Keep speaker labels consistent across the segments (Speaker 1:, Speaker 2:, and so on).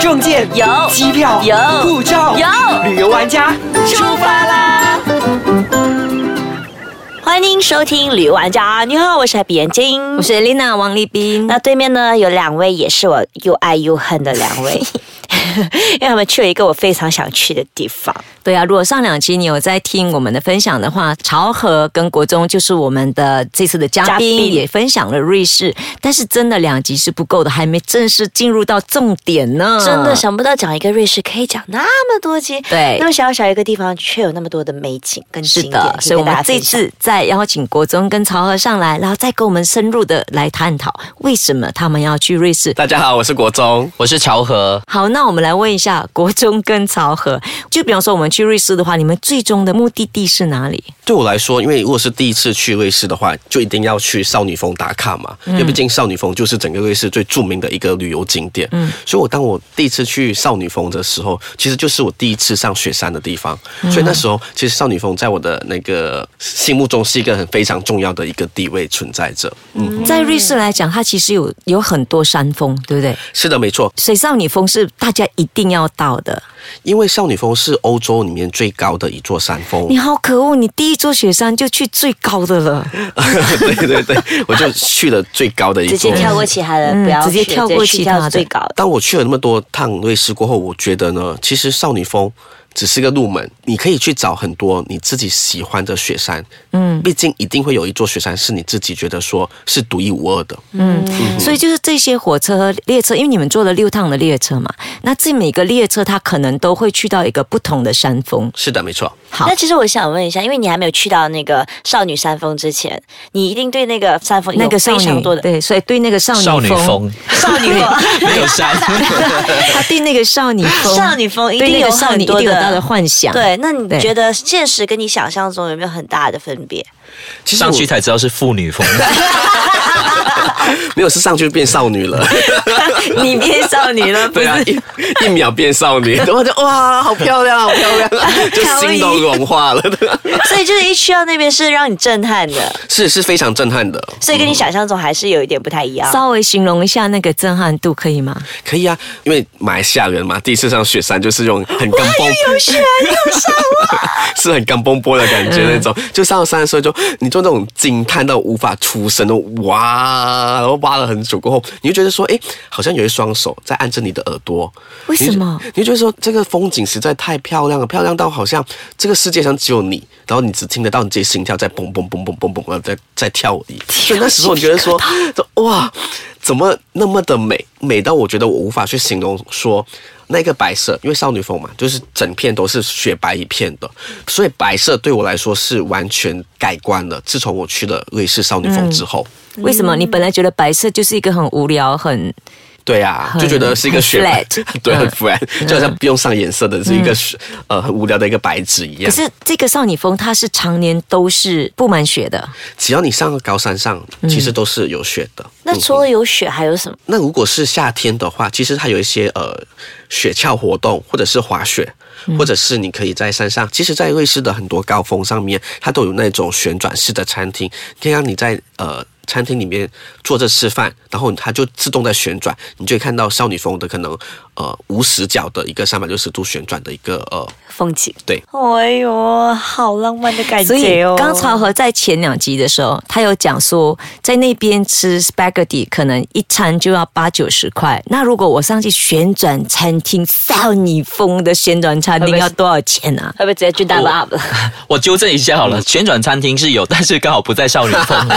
Speaker 1: 证件
Speaker 2: 有
Speaker 1: 机票
Speaker 2: 有
Speaker 1: 护照
Speaker 2: 有
Speaker 1: 旅游玩家
Speaker 2: 出发啦！欢迎收听《旅游玩家》，你好，我是海 a 眼睛，
Speaker 3: 我是 Lina 王立斌。
Speaker 2: 那对面呢有两位也是我又爱又恨的两 位，因为他们去了一个我非常想去的地方。
Speaker 3: 对啊，如果上两期你有在听我们的分享的话，朝和跟国中就是我们的这次的嘉
Speaker 2: 嘉
Speaker 3: 宾
Speaker 2: 宾
Speaker 3: 也分享了瑞士，但是真的两集是不够的，还没正式进入到重点呢。
Speaker 2: 真的想不到讲一个瑞士可以讲那么多集，
Speaker 3: 对
Speaker 2: 那么小小一个地方却有那么多的美景跟
Speaker 3: 是
Speaker 2: 景点
Speaker 3: 的，
Speaker 2: 可
Speaker 3: 所以我
Speaker 2: 跟
Speaker 3: 们
Speaker 2: 大家
Speaker 3: 这
Speaker 2: 分享
Speaker 3: 次再邀请国中跟朝和上来，然后再跟我们深入的来探讨为什么他们要去瑞士。
Speaker 4: 大家好，我是国忠，我是乔和。
Speaker 3: 好，那我们来问一下国中跟朝和，就比方说我们去瑞士的话，你们最终的目的地是哪里？
Speaker 4: 对我来说，因为如果是第一次去瑞士的话，就一定要去少女峰打卡嘛，因为毕竟少女峰就是整个瑞士最著名的一个旅游景点。嗯，所以我当我第一次去少女峰的时候，其实就是我第一次上雪山的地方，所以那时候其实少女峰在我的那个心目中是一个很非常重要的一个地位存在着。嗯，
Speaker 3: 在瑞士来讲，它其实有有很多山峰，对不对？
Speaker 4: 是的，没错，
Speaker 3: 水少女峰是大家一定要到的。
Speaker 4: 因为少女峰是欧洲里面最高的一座山峰。
Speaker 3: 你好可恶，你第一座雪山就去最高的了，
Speaker 4: 对对对，我就去了最高的一座。
Speaker 2: 直接跳过其他的，
Speaker 3: 嗯
Speaker 2: 不要
Speaker 3: 直接
Speaker 2: 去
Speaker 3: 跳过其他的
Speaker 2: 直接去跳最高的。
Speaker 4: 当我去了那么多趟瑞士过后，我觉得呢，其实少女峰只是个入门，你可以去找很多你自己喜欢的雪山。嗯，毕竟一定会有一座雪山是你自己觉得说是独一无二的。
Speaker 2: 嗯
Speaker 3: 所以就是这些火车和列车，因为你们坐了六趟的列车嘛，那这每个列车它可能都会去到一个不同的山峰。
Speaker 4: 是的，没错。
Speaker 3: 好
Speaker 2: 那，其实我想问一下，因为你还没有去到那个少女山峰之前，你一定对那个山峰
Speaker 3: 那个
Speaker 2: 有
Speaker 3: 少
Speaker 2: 非常
Speaker 3: 女
Speaker 2: 多的
Speaker 3: 对，所以对那个少女
Speaker 5: 少
Speaker 3: 峰，
Speaker 5: 女风，
Speaker 2: 少女峰，
Speaker 5: 没有山，
Speaker 3: 他对那个少女风，
Speaker 2: 少女峰一
Speaker 3: 对
Speaker 2: 定
Speaker 3: 那
Speaker 2: 有
Speaker 3: 个少
Speaker 2: 很
Speaker 3: 女一
Speaker 2: 多
Speaker 3: 定有她的
Speaker 2: 的。
Speaker 3: 幻想。
Speaker 2: 对， 那你
Speaker 3: 对
Speaker 2: 觉得现实跟你想象中有没有很大的分别？
Speaker 4: 其实我
Speaker 5: 上去才知道是妇女 风。
Speaker 4: 没有，是上去变少女了。
Speaker 3: 你变少女了，不
Speaker 4: 对
Speaker 3: 是？
Speaker 4: 啊，一一秒变少女，然后就哇，好漂亮，好漂亮，就心都融化了。
Speaker 2: 所以就是一去到那边是让你震撼的，
Speaker 1: 嗯
Speaker 4: 是是非常震撼的。
Speaker 2: 所以跟你想象中还是有一点不太一样。
Speaker 3: 啊
Speaker 1: 哦
Speaker 3: 稍微形容一下那个震撼度可以吗？
Speaker 4: 可以啊，因为马来西亚人嘛，第一次上雪山就是用很刚崩，有雪 是很刚崩波的感觉那种。
Speaker 3: 嗯
Speaker 4: 就上了山的时候就，你就那种惊叹到无法出声的哇，然后挖了很久过后，你就觉得说，哎，好像有一双手在按着你的耳朵。
Speaker 3: 为什么
Speaker 4: 你就？你就觉得说这个风景实在太漂亮了，漂亮到好像这个世界上只有你，然后你只听得到你自己心跳在嘣嘣嘣嘣嘣嘣呃嘣在在跳而已。所以那时候你觉得说，哇，怎么那么的美，美到我觉得我无法去形容说。那个白色，因为少女风嘛，就是整片都是雪白一片的，所以白色对我来说是完全改观了。自从我去了瑞士少女峰之后，
Speaker 3: 为什么你本来觉得白色就是一个很无聊、很
Speaker 4: 对啊，
Speaker 3: 很
Speaker 4: 就觉得是一个雪白
Speaker 3: 很 flat
Speaker 4: 对，很
Speaker 3: 嗯
Speaker 4: flat，、就好像不用上颜色的是一个、雪呃很无聊的一个白纸一
Speaker 3: 可
Speaker 4: 样。
Speaker 3: 是这个少女峰它是常年都是布满雪的，
Speaker 4: 只要你上了高山上，
Speaker 3: 嗯
Speaker 4: 其实都是有雪的。嗯
Speaker 2: 那除了有雪，还有什么？
Speaker 4: 那如果是夏天的话，其实它有一些呃雪橇活动，或者是滑雪，或者是你可以在山上，其实，在瑞士的很多高峰上面，它都有那种旋转式的餐厅，可以让你在呃。餐厅里面坐着吃饭，然后它就自动在旋转，你就会看到少女峰的可能，呃，无死角的一个三百六十度旋转的一个呃
Speaker 3: 风景。
Speaker 2: 哎呦，好浪漫的感
Speaker 3: 所以
Speaker 2: 觉哦！
Speaker 3: 刚朝和在前两集的时候，他有讲说，在那边吃 spaghetti 可能一餐就要八九十块，那如果我上去旋转餐厅少女峰的旋转餐
Speaker 2: 会
Speaker 3: 厅
Speaker 2: 不会
Speaker 3: 要多少钱啊？
Speaker 2: 会不会直接就 double up 了？
Speaker 5: 我纠正一下
Speaker 3: 嗯
Speaker 5: 好了，旋转餐厅是有，但是刚好不在少女 峰，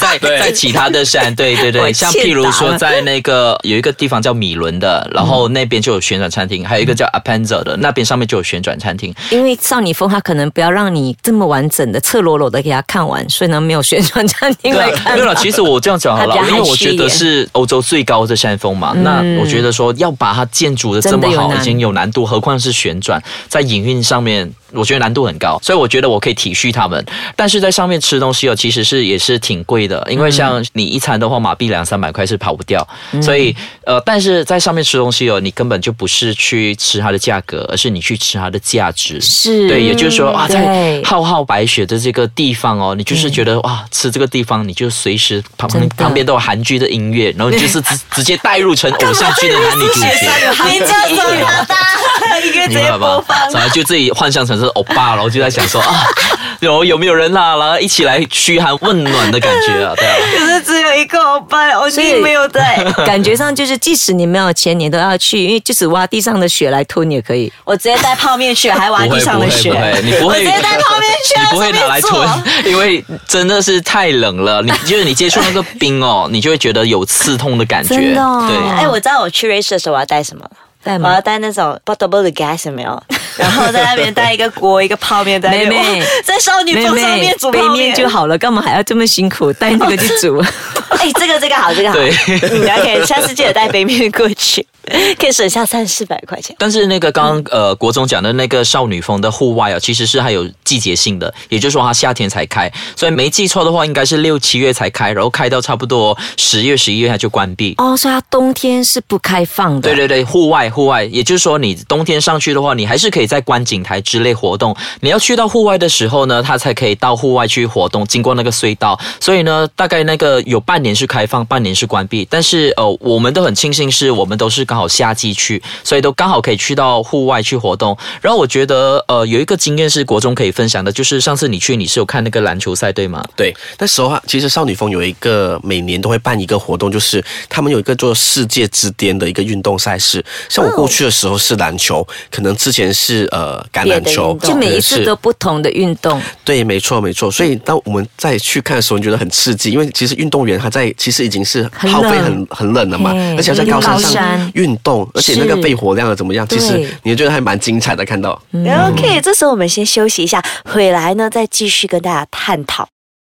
Speaker 5: 在在其他的山。对对
Speaker 3: 我
Speaker 5: 对，
Speaker 3: 欠
Speaker 5: 像
Speaker 3: 打
Speaker 5: 譬如说在那个有一个地方叫米伦的，然后
Speaker 3: 嗯
Speaker 5: 那边就有旋转餐厅，还有一个叫 Apenza 的，那边上面就有旋转餐厅。
Speaker 3: 因为少女峰它可能不要让你这么完整的赤裸裸的给它看完，所以呢啊没有旋转餐厅来看。
Speaker 5: 没有了，其实我这样讲好了
Speaker 3: 他比，较
Speaker 5: 因为
Speaker 3: 含
Speaker 5: 我
Speaker 3: 蓄一
Speaker 5: 觉
Speaker 3: 点
Speaker 5: 得是欧洲最高的山峰嘛，那我觉得说要把它建筑的这
Speaker 3: 真的
Speaker 5: 么
Speaker 3: 有
Speaker 5: 好，
Speaker 3: 难
Speaker 5: 已经有难度，何况是旋转，在营运上面我觉得难度很高，所以我觉得我可以体恤他们。但是在上面吃东西哦，其实是也是挺贵的，因为
Speaker 3: 嗯
Speaker 5: 像你一餐的话，马币两三百块是跑不掉。所以呃，但是在上面吃东西哦，你根本就不是去吃它的价格，而是你去吃它的价值。
Speaker 1: 嗯
Speaker 3: 是
Speaker 5: 对，也就是说啊，在
Speaker 3: 对
Speaker 5: 浩浩白雪的这个地方哦，你就是觉得
Speaker 1: 嗯
Speaker 5: 哇，吃这个地方，你就随时旁
Speaker 3: 真的
Speaker 5: 旁边都有韩剧的音乐，然后 你就是直直接带入成偶像剧的男女主角。
Speaker 3: 你这怎么的？一个
Speaker 5: 明白吧？ 然后就自己幻想成是欧巴，然后就在想说啊，然后有没有人啦、然后一起来嘘寒问暖的感觉啊，对啊。
Speaker 1: 可是只有一个欧巴，欧
Speaker 3: 所以
Speaker 1: 弟没有在。
Speaker 3: 感觉上就是，即使你没有钱，你都要去，因为即使挖地上的雪来吞也可以。
Speaker 1: 我直接带泡面去，还玩
Speaker 5: 不
Speaker 1: 地
Speaker 5: 会不
Speaker 1: 上
Speaker 5: 会
Speaker 1: 的雪
Speaker 5: 不。会，你不
Speaker 1: 我
Speaker 5: 会
Speaker 1: 直接带泡面去，啊
Speaker 5: 你不会拿来
Speaker 1: 上面坐
Speaker 5: 吞，因为真的是太冷了。你就是你接触那个冰哦，你就会觉得有刺痛的 感觉。
Speaker 3: 真的哦
Speaker 5: 对，
Speaker 2: 哎，我知道我去瑞士的时候我要带什么了。
Speaker 3: 带
Speaker 2: 我
Speaker 1: 啊
Speaker 3: 吗
Speaker 2: 要带那种 portable 的 gas 有没有？
Speaker 1: 然后在那边带一个锅，一个泡面在那边，
Speaker 3: 妹妹
Speaker 1: 哇在少女
Speaker 3: 妹
Speaker 1: 峰上
Speaker 3: 妹
Speaker 1: 面煮，
Speaker 3: 杯
Speaker 1: 泡
Speaker 3: 面就。好了，干嘛还要这么辛苦带那个去 煮？
Speaker 2: 哎，这个这个好，这个好。
Speaker 5: 对
Speaker 2: 嗯，OK，下次记得带杯面过去，可以省下三四百块钱。
Speaker 5: 但是那个刚刚呃国中讲的那个少女风的户外啊，其实是还有季节性的，也就是说它夏天才开，所以没记错的话，应该是六七月才开，然后开到差不多十月十一月它就关闭。
Speaker 3: 哦，所以它冬天是不开放的。
Speaker 5: 对对对，户外户外，也就是说你冬天上去的话，你还是可以在观景台之类活动。你要去到户外的时候呢，它才可以到户外去活动，经过那个隧道。所以呢，大概那个有半年是开放，半年是关闭。但是呃，我们都很庆幸是我们都是刚好夏季去，所以都刚好可以去到户外去活动。然后我觉得呃有一个经验是国中可以分享的，就是上次你去你是有看那个篮球赛对吗？
Speaker 4: 对，那时候啊，其实少女峰有一个每年都会办一个活动，就是他们有一个做世界之巅的一个运动赛事。像我过去的时候是篮球，可能之前是呃橄榄球，
Speaker 3: 就每一次
Speaker 4: 可能是
Speaker 3: 都不同的运动，
Speaker 4: 对，没错没错。所以当我们再去看的时候，你觉得很刺激，因为其实运动员他在其实已经是
Speaker 3: 很
Speaker 4: 耗费
Speaker 3: 冷
Speaker 4: 很很冷了嘛
Speaker 3: 嘿，
Speaker 4: 而且在高山
Speaker 3: 高
Speaker 4: 上
Speaker 3: 山
Speaker 4: 运动，而且那个
Speaker 3: 是
Speaker 4: 肺活量啊怎么样，其实
Speaker 3: 对
Speaker 4: 你觉得还蛮精彩的，看到。
Speaker 3: 嗯
Speaker 2: OK，这时候我们先休息一下，回来呢再继续跟大家探讨。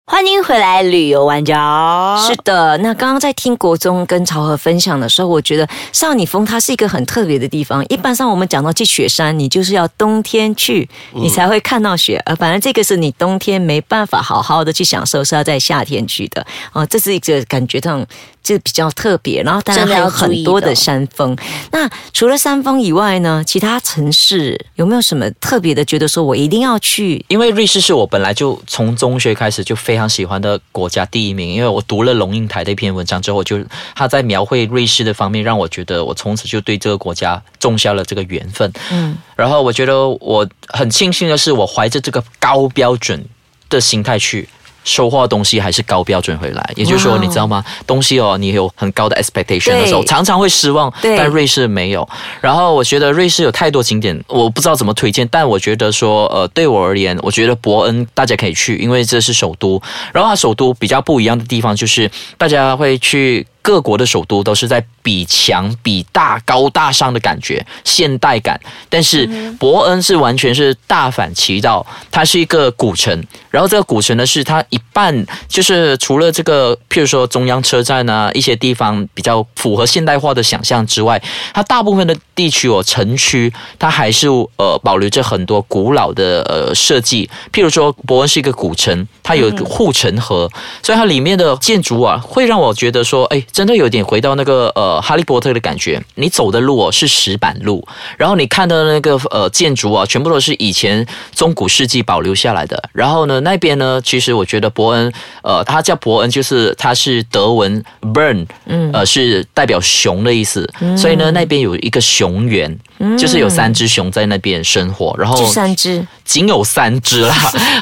Speaker 2: 欢迎回来，旅游玩家。
Speaker 3: 是的，那刚刚在听国中跟朝和分享的时候，我觉得少女峰它是一个很特别的地方。一般上我们讲到去雪山，你就是要冬天去，你才会看到雪。呃，反正这个是你冬天没办法好好的去享受，是要在夏天去的。哦、这是一个感觉上就比较特别。然后当然
Speaker 2: 真的
Speaker 3: 还有
Speaker 2: 要注意
Speaker 3: 很多的
Speaker 2: 的
Speaker 3: 山峰。那除了山峰以外呢，其他城市有没有什么特别的？觉得说我一定要去？
Speaker 5: 因为瑞士是我本来就从中学开始就非常喜欢的国家第一名，因为我读了龙应台的一篇文章之后，我就他在描绘瑞士的方面，让我觉得我从此就对这个国家种下了这个缘分。嗯，然后我觉得我很庆幸的是，我怀着这个高标准的心态去。收获的东西还是高标准回来，也就是说，
Speaker 3: 哇哦
Speaker 5: 你知道吗？东西哦，你有很高的 expectation 的时候，
Speaker 3: 对
Speaker 5: 常常会失望。
Speaker 3: 对
Speaker 5: 但瑞士没有。然后我觉得瑞士有太多景点，我不知道怎么推荐，但我觉得说，呃，对我而言，我觉得伯恩大家可以去，因为这是首都。然后它首都比较不一样的地方就是，大家会去。各国的首都都是在比强、比大、高大上的感觉，现代感。但是伯恩是完全是大反其道，它是一个古城。然后这个古城呢，是它一半就是除了这个，譬如说中央车站啊，一些地方比较符合现代化的想象之外，它大部分的地区哦，城区它还是呃保留着很多古老的呃设计，譬如说伯恩是一个古城，它有一个护城河，所以它里面的建筑啊，会让我觉得说，哎，真的有点回到那个呃哈利波特的感觉。你走的路哦是石板路，然后你看到那个呃建筑啊，全部都是以前中古世纪保留下来的。然后呢，那边呢，其实我觉得伯恩，呃，它叫伯恩，就是它是德文 Bern，嗯，呃，是代表熊的意思，
Speaker 3: 嗯
Speaker 5: 所以呢，那边有一个熊园，就是有三只熊在那边生活，然后
Speaker 3: 去嗯三只，
Speaker 5: 仅有三 只啦，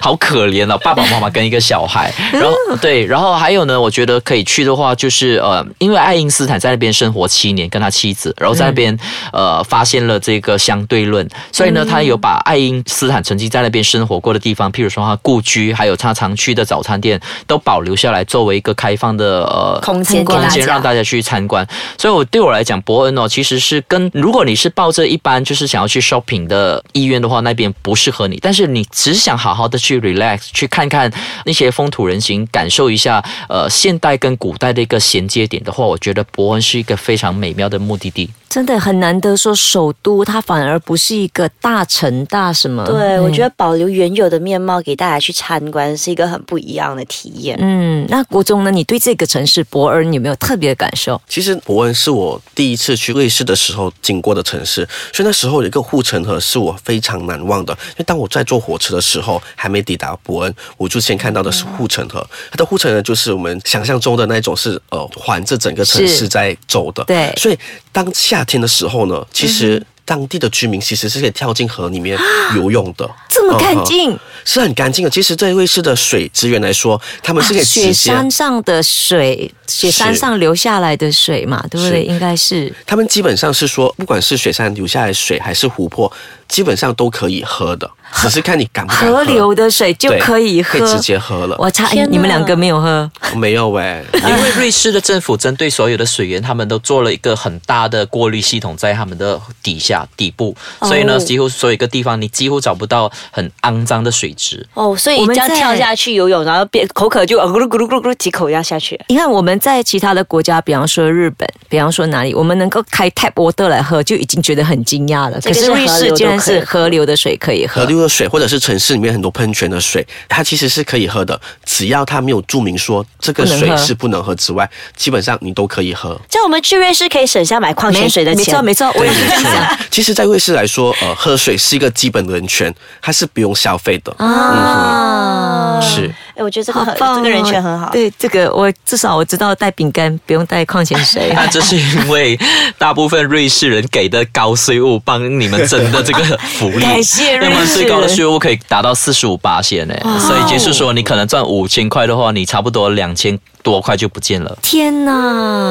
Speaker 5: 好可怜哦，爸爸妈妈跟一个小孩。然后对，然后还有呢，我觉得可以去的话，就是呃，因为爱因斯坦在那边生活七年，跟他妻子，然后在那边、
Speaker 2: 嗯
Speaker 5: 呃发现了这个相对论，所以呢，他有把爱因斯坦曾经在那边生活过的地方，譬如说他故居，还有他常去的早餐店，都保留下来作为一个开放的呃
Speaker 2: 空间给
Speaker 5: 空
Speaker 2: 大
Speaker 5: 间让
Speaker 2: 家。
Speaker 5: 大家去参观。所以我对我来讲，伯恩哦，其实是跟如果你是抱着一般就是想要去 shopping 的意愿的话，那边不适合你。但是你只想好好的去 relax，去看看那些风土人情，感受一下呃现代跟古代的一个衔接点的话，我觉得伯恩是一个非常美妙的目的地。
Speaker 3: 真的很难得说首都，它反而不是一个大城大什么。嗯
Speaker 2: 对，我觉
Speaker 3: 得。
Speaker 2: 得保留原有的面貌给大家去参观是一个很不一样的体验。
Speaker 3: 嗯，那国中呢？你对这个城市伯恩有没有特别的感受？
Speaker 4: 其实伯恩是我第一次去瑞士的时候经过的城市，所以那时候有一个护城河是我非常难忘的。因为当我在坐火车的时候，还没抵达伯恩，我就先看到的是护城河。它的护城河就是我们想象中的那种是呃环着整个城
Speaker 3: 是
Speaker 4: 市在走的。
Speaker 3: 对嗯
Speaker 4: 所以当夏天的时候呢，其实当地的居民其实是可以跳进河里面 游泳的。
Speaker 3: 这么干
Speaker 4: 嗯哼
Speaker 3: 净，
Speaker 4: 是很干净的。其实，在瑞士的水资源来说，他们是可以
Speaker 3: 啊雪
Speaker 4: 直接
Speaker 3: 山上的水，雪山
Speaker 4: 是
Speaker 3: 上流下来的水嘛，对不对？
Speaker 4: 是
Speaker 3: 应该是
Speaker 4: 他们基本上是说，不管是雪山流下来的水还是湖泊，基本上都可以喝的，只是看你敢不敢喝。
Speaker 3: 河流的水就
Speaker 4: 对
Speaker 3: 可以喝，
Speaker 4: 可以直接喝了
Speaker 3: 我差
Speaker 2: 天哪
Speaker 3: 你们两个没有喝，
Speaker 4: 没有欸喂、
Speaker 5: 因为瑞士的政府针对所有的水源，他们都做了一个很大的过滤系统在他们的底下底部，所以呢，几乎所有一个地方你几乎找不到很肮脏的水质。
Speaker 2: 哦，所以
Speaker 3: 我
Speaker 2: 你
Speaker 3: 们
Speaker 2: 这样
Speaker 3: 在
Speaker 2: 跳下去游泳，然后变口渴就呃咕噜咕噜咕噜咕噜几口这样下去。
Speaker 3: 你看我们在其他的国家，比方说日本，比方说哪里，我们能够开 tap water 来喝，就已经觉得很惊讶了。
Speaker 2: 这个
Speaker 3: 可是
Speaker 2: 是
Speaker 3: 瑞
Speaker 2: 河
Speaker 3: 士
Speaker 2: 流都
Speaker 3: 竟然
Speaker 2: 可以
Speaker 3: 是河流的水可以
Speaker 4: 河
Speaker 3: 喝，
Speaker 4: 流的水或者是城市里面很多喷泉的水，它其实是可以喝的，只要它没有注明说这个
Speaker 3: 不能
Speaker 4: 水
Speaker 3: 喝
Speaker 4: 是不能喝之外，基本上你都可以喝。
Speaker 2: 这样我们去瑞士可以省下买矿泉水的
Speaker 3: 没
Speaker 2: 钱
Speaker 3: 错。没错，我也是这样 想。
Speaker 4: 其实，在瑞士来说，呃，喝水是一个基本人权，它是不用消费的。
Speaker 2: 嗯
Speaker 5: 嗯
Speaker 2: 啊
Speaker 4: 是，
Speaker 2: 哎，我觉得这个很
Speaker 3: 棒哦
Speaker 2: 这个人权很好。
Speaker 3: 对，这个我至少我知道带饼干不用带矿泉水。
Speaker 5: 那这是因为大部分瑞士人给的高税务帮你们争的这个福利，
Speaker 3: 感 谢瑞士人
Speaker 5: 那么最高的税务可以达到四十五八线呢，所以就是说你可能赚五千块的话，你差不多两千多块就不见了。
Speaker 3: 天呐！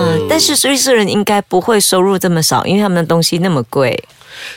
Speaker 3: 嗯但是瑞士人应该不会收入这么少，因为他们的东西那么贵。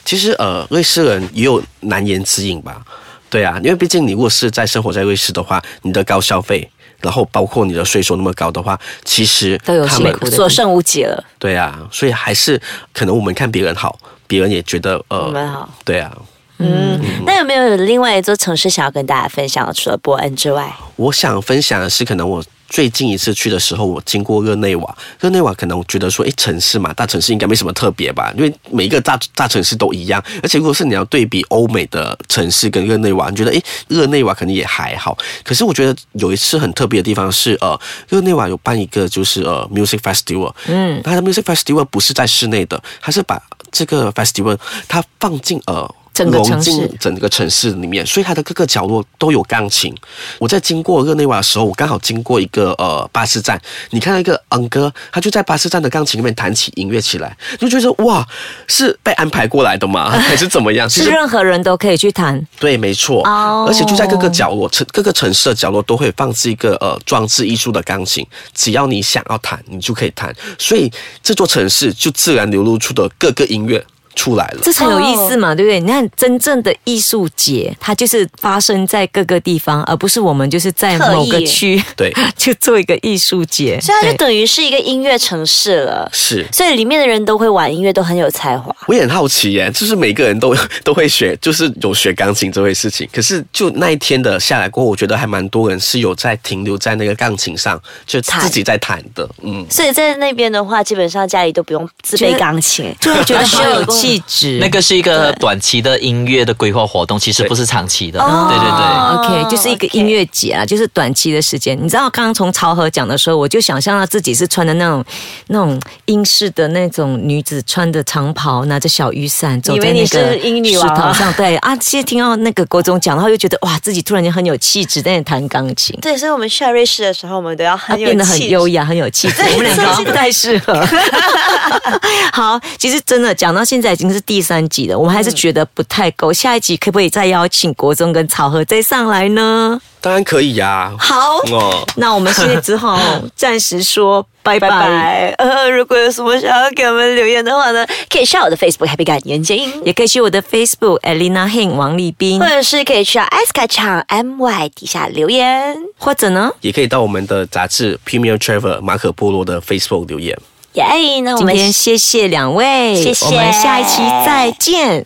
Speaker 4: 其实呃，瑞士人也有难言之隐吧？对啊，因为毕竟你如果是在生活在瑞士的话，你的高消费，然后包括你的税收那么高的话，其实
Speaker 3: 都有
Speaker 4: 他
Speaker 3: 辛
Speaker 4: 们
Speaker 3: 苦的
Speaker 2: 所剩无几了，
Speaker 4: 对啊，所以还是可能我们看别人好，别人也觉得
Speaker 5: 哦
Speaker 2: 我们
Speaker 4: 呃，
Speaker 2: 好。
Speaker 4: 对啊。
Speaker 2: 嗯，那有没有另外一座城市想要跟大家分享的？除了伯恩之外，
Speaker 4: 我想分享的是，可能我最近一次去的时候，我经过热内瓦。热内瓦可能我觉得说，诶，城市嘛，大城市应该没什么特别吧，因为每一个大大城市都一样。而且如果是你要对比欧美的城市跟热内瓦，你觉得诶，热内瓦可能也还好。可是我觉得有一次很特别的地方是，呃，热内瓦有办一个就是呃 music festival，嗯，它的 music festival 不是在室内的，它是把这个 festival 它放进呃。
Speaker 3: 整个城市
Speaker 4: 融进整个城市里面，所以它的各个角落都有钢琴。我在经过热内瓦的时候，我刚好经过一个呃巴士站，你看到一个昂哥，他就在巴士站的钢琴里面弹起音乐起来，你就觉得哇，是被安排过来 的吗？还是怎么样？其
Speaker 3: 是
Speaker 4: 实
Speaker 3: 任何人都可以去弹。
Speaker 4: 对，没错，
Speaker 3: 哦
Speaker 4: 而且就在各个角落，城各个城市的角落都会放置一个呃装置艺术的钢琴，只要你想要弹，你就可以弹，所以这座城市就自然流露出的各个音乐出来了。
Speaker 3: 这才有意思嘛，对不对？你看，真正的艺术节，它就是发生在各个地方，而不是我们就是在
Speaker 2: 特意
Speaker 3: 某个区，
Speaker 4: 对
Speaker 3: 就做一个艺术节。
Speaker 2: 所以它就
Speaker 3: 对
Speaker 2: 等于是一个音乐城市了。
Speaker 4: 是，
Speaker 2: 所以里面的人都会玩音乐，都很有才华。
Speaker 4: 我也很好奇耶，就是每个人都 都会学，就是有学钢琴这回事情。可是就那一天的下来过后，我觉得还蛮多人是有在停留在那个钢琴上，就自己在弹的。嗯，
Speaker 2: 所以在那边的话，基本上家里都不用自备钢琴，
Speaker 3: 就会觉得好
Speaker 2: 是
Speaker 3: 有气质。
Speaker 5: 那个是一个短期的音乐的规划活动，其实不是长期的。对对对。
Speaker 2: 对
Speaker 3: 哦 OK，就是一个
Speaker 2: OK
Speaker 3: 音乐节啊，就是短期的时间。你知道，刚刚从潮河讲的时候，我就想象到自己是穿的那种那种英式的那种女子，穿着长袍，拿着小雨伞，走在
Speaker 2: 以为
Speaker 3: 那
Speaker 2: 你是
Speaker 3: 个
Speaker 2: 英女
Speaker 3: 石
Speaker 2: 王啊
Speaker 3: 头上。对啊，现在听到那个国中讲的话，又觉得哇，自己突然间很有气质，在那里弹钢琴。
Speaker 2: 对，所以我们去到瑞士的时候，我们都要
Speaker 3: 他
Speaker 2: 很有
Speaker 3: 变得很
Speaker 2: 气质
Speaker 3: 优雅，很 有气质。我们两个好像不太适合。
Speaker 2: 啊
Speaker 3: 好，其实真的讲到现在已经是第三集了，我们还是觉得不太够。下一集可不可以再邀请国中跟草河再上来呢？
Speaker 4: 当然可以呀、
Speaker 3: 好，
Speaker 4: 哦，
Speaker 3: 那我们现在只好暂时说拜
Speaker 2: 拜
Speaker 3: 拜。
Speaker 2: 拜。呃，如果有什么想要给我们留言的话呢，可以上我的 Facebook Happy 感言精英，
Speaker 3: 也可以去我的 Facebook Elena Heng 王立斌
Speaker 2: 或，者是可以去到 S 卡场 MY 底下留言。
Speaker 3: 或者呢，
Speaker 4: 也可以到我们的杂志 Premier Travel 马可波罗的 Facebook 留言。
Speaker 2: 耶、那我
Speaker 3: 今
Speaker 2: 们
Speaker 3: 天谢谢两位，
Speaker 2: 谢谢
Speaker 3: 我们下一期再见。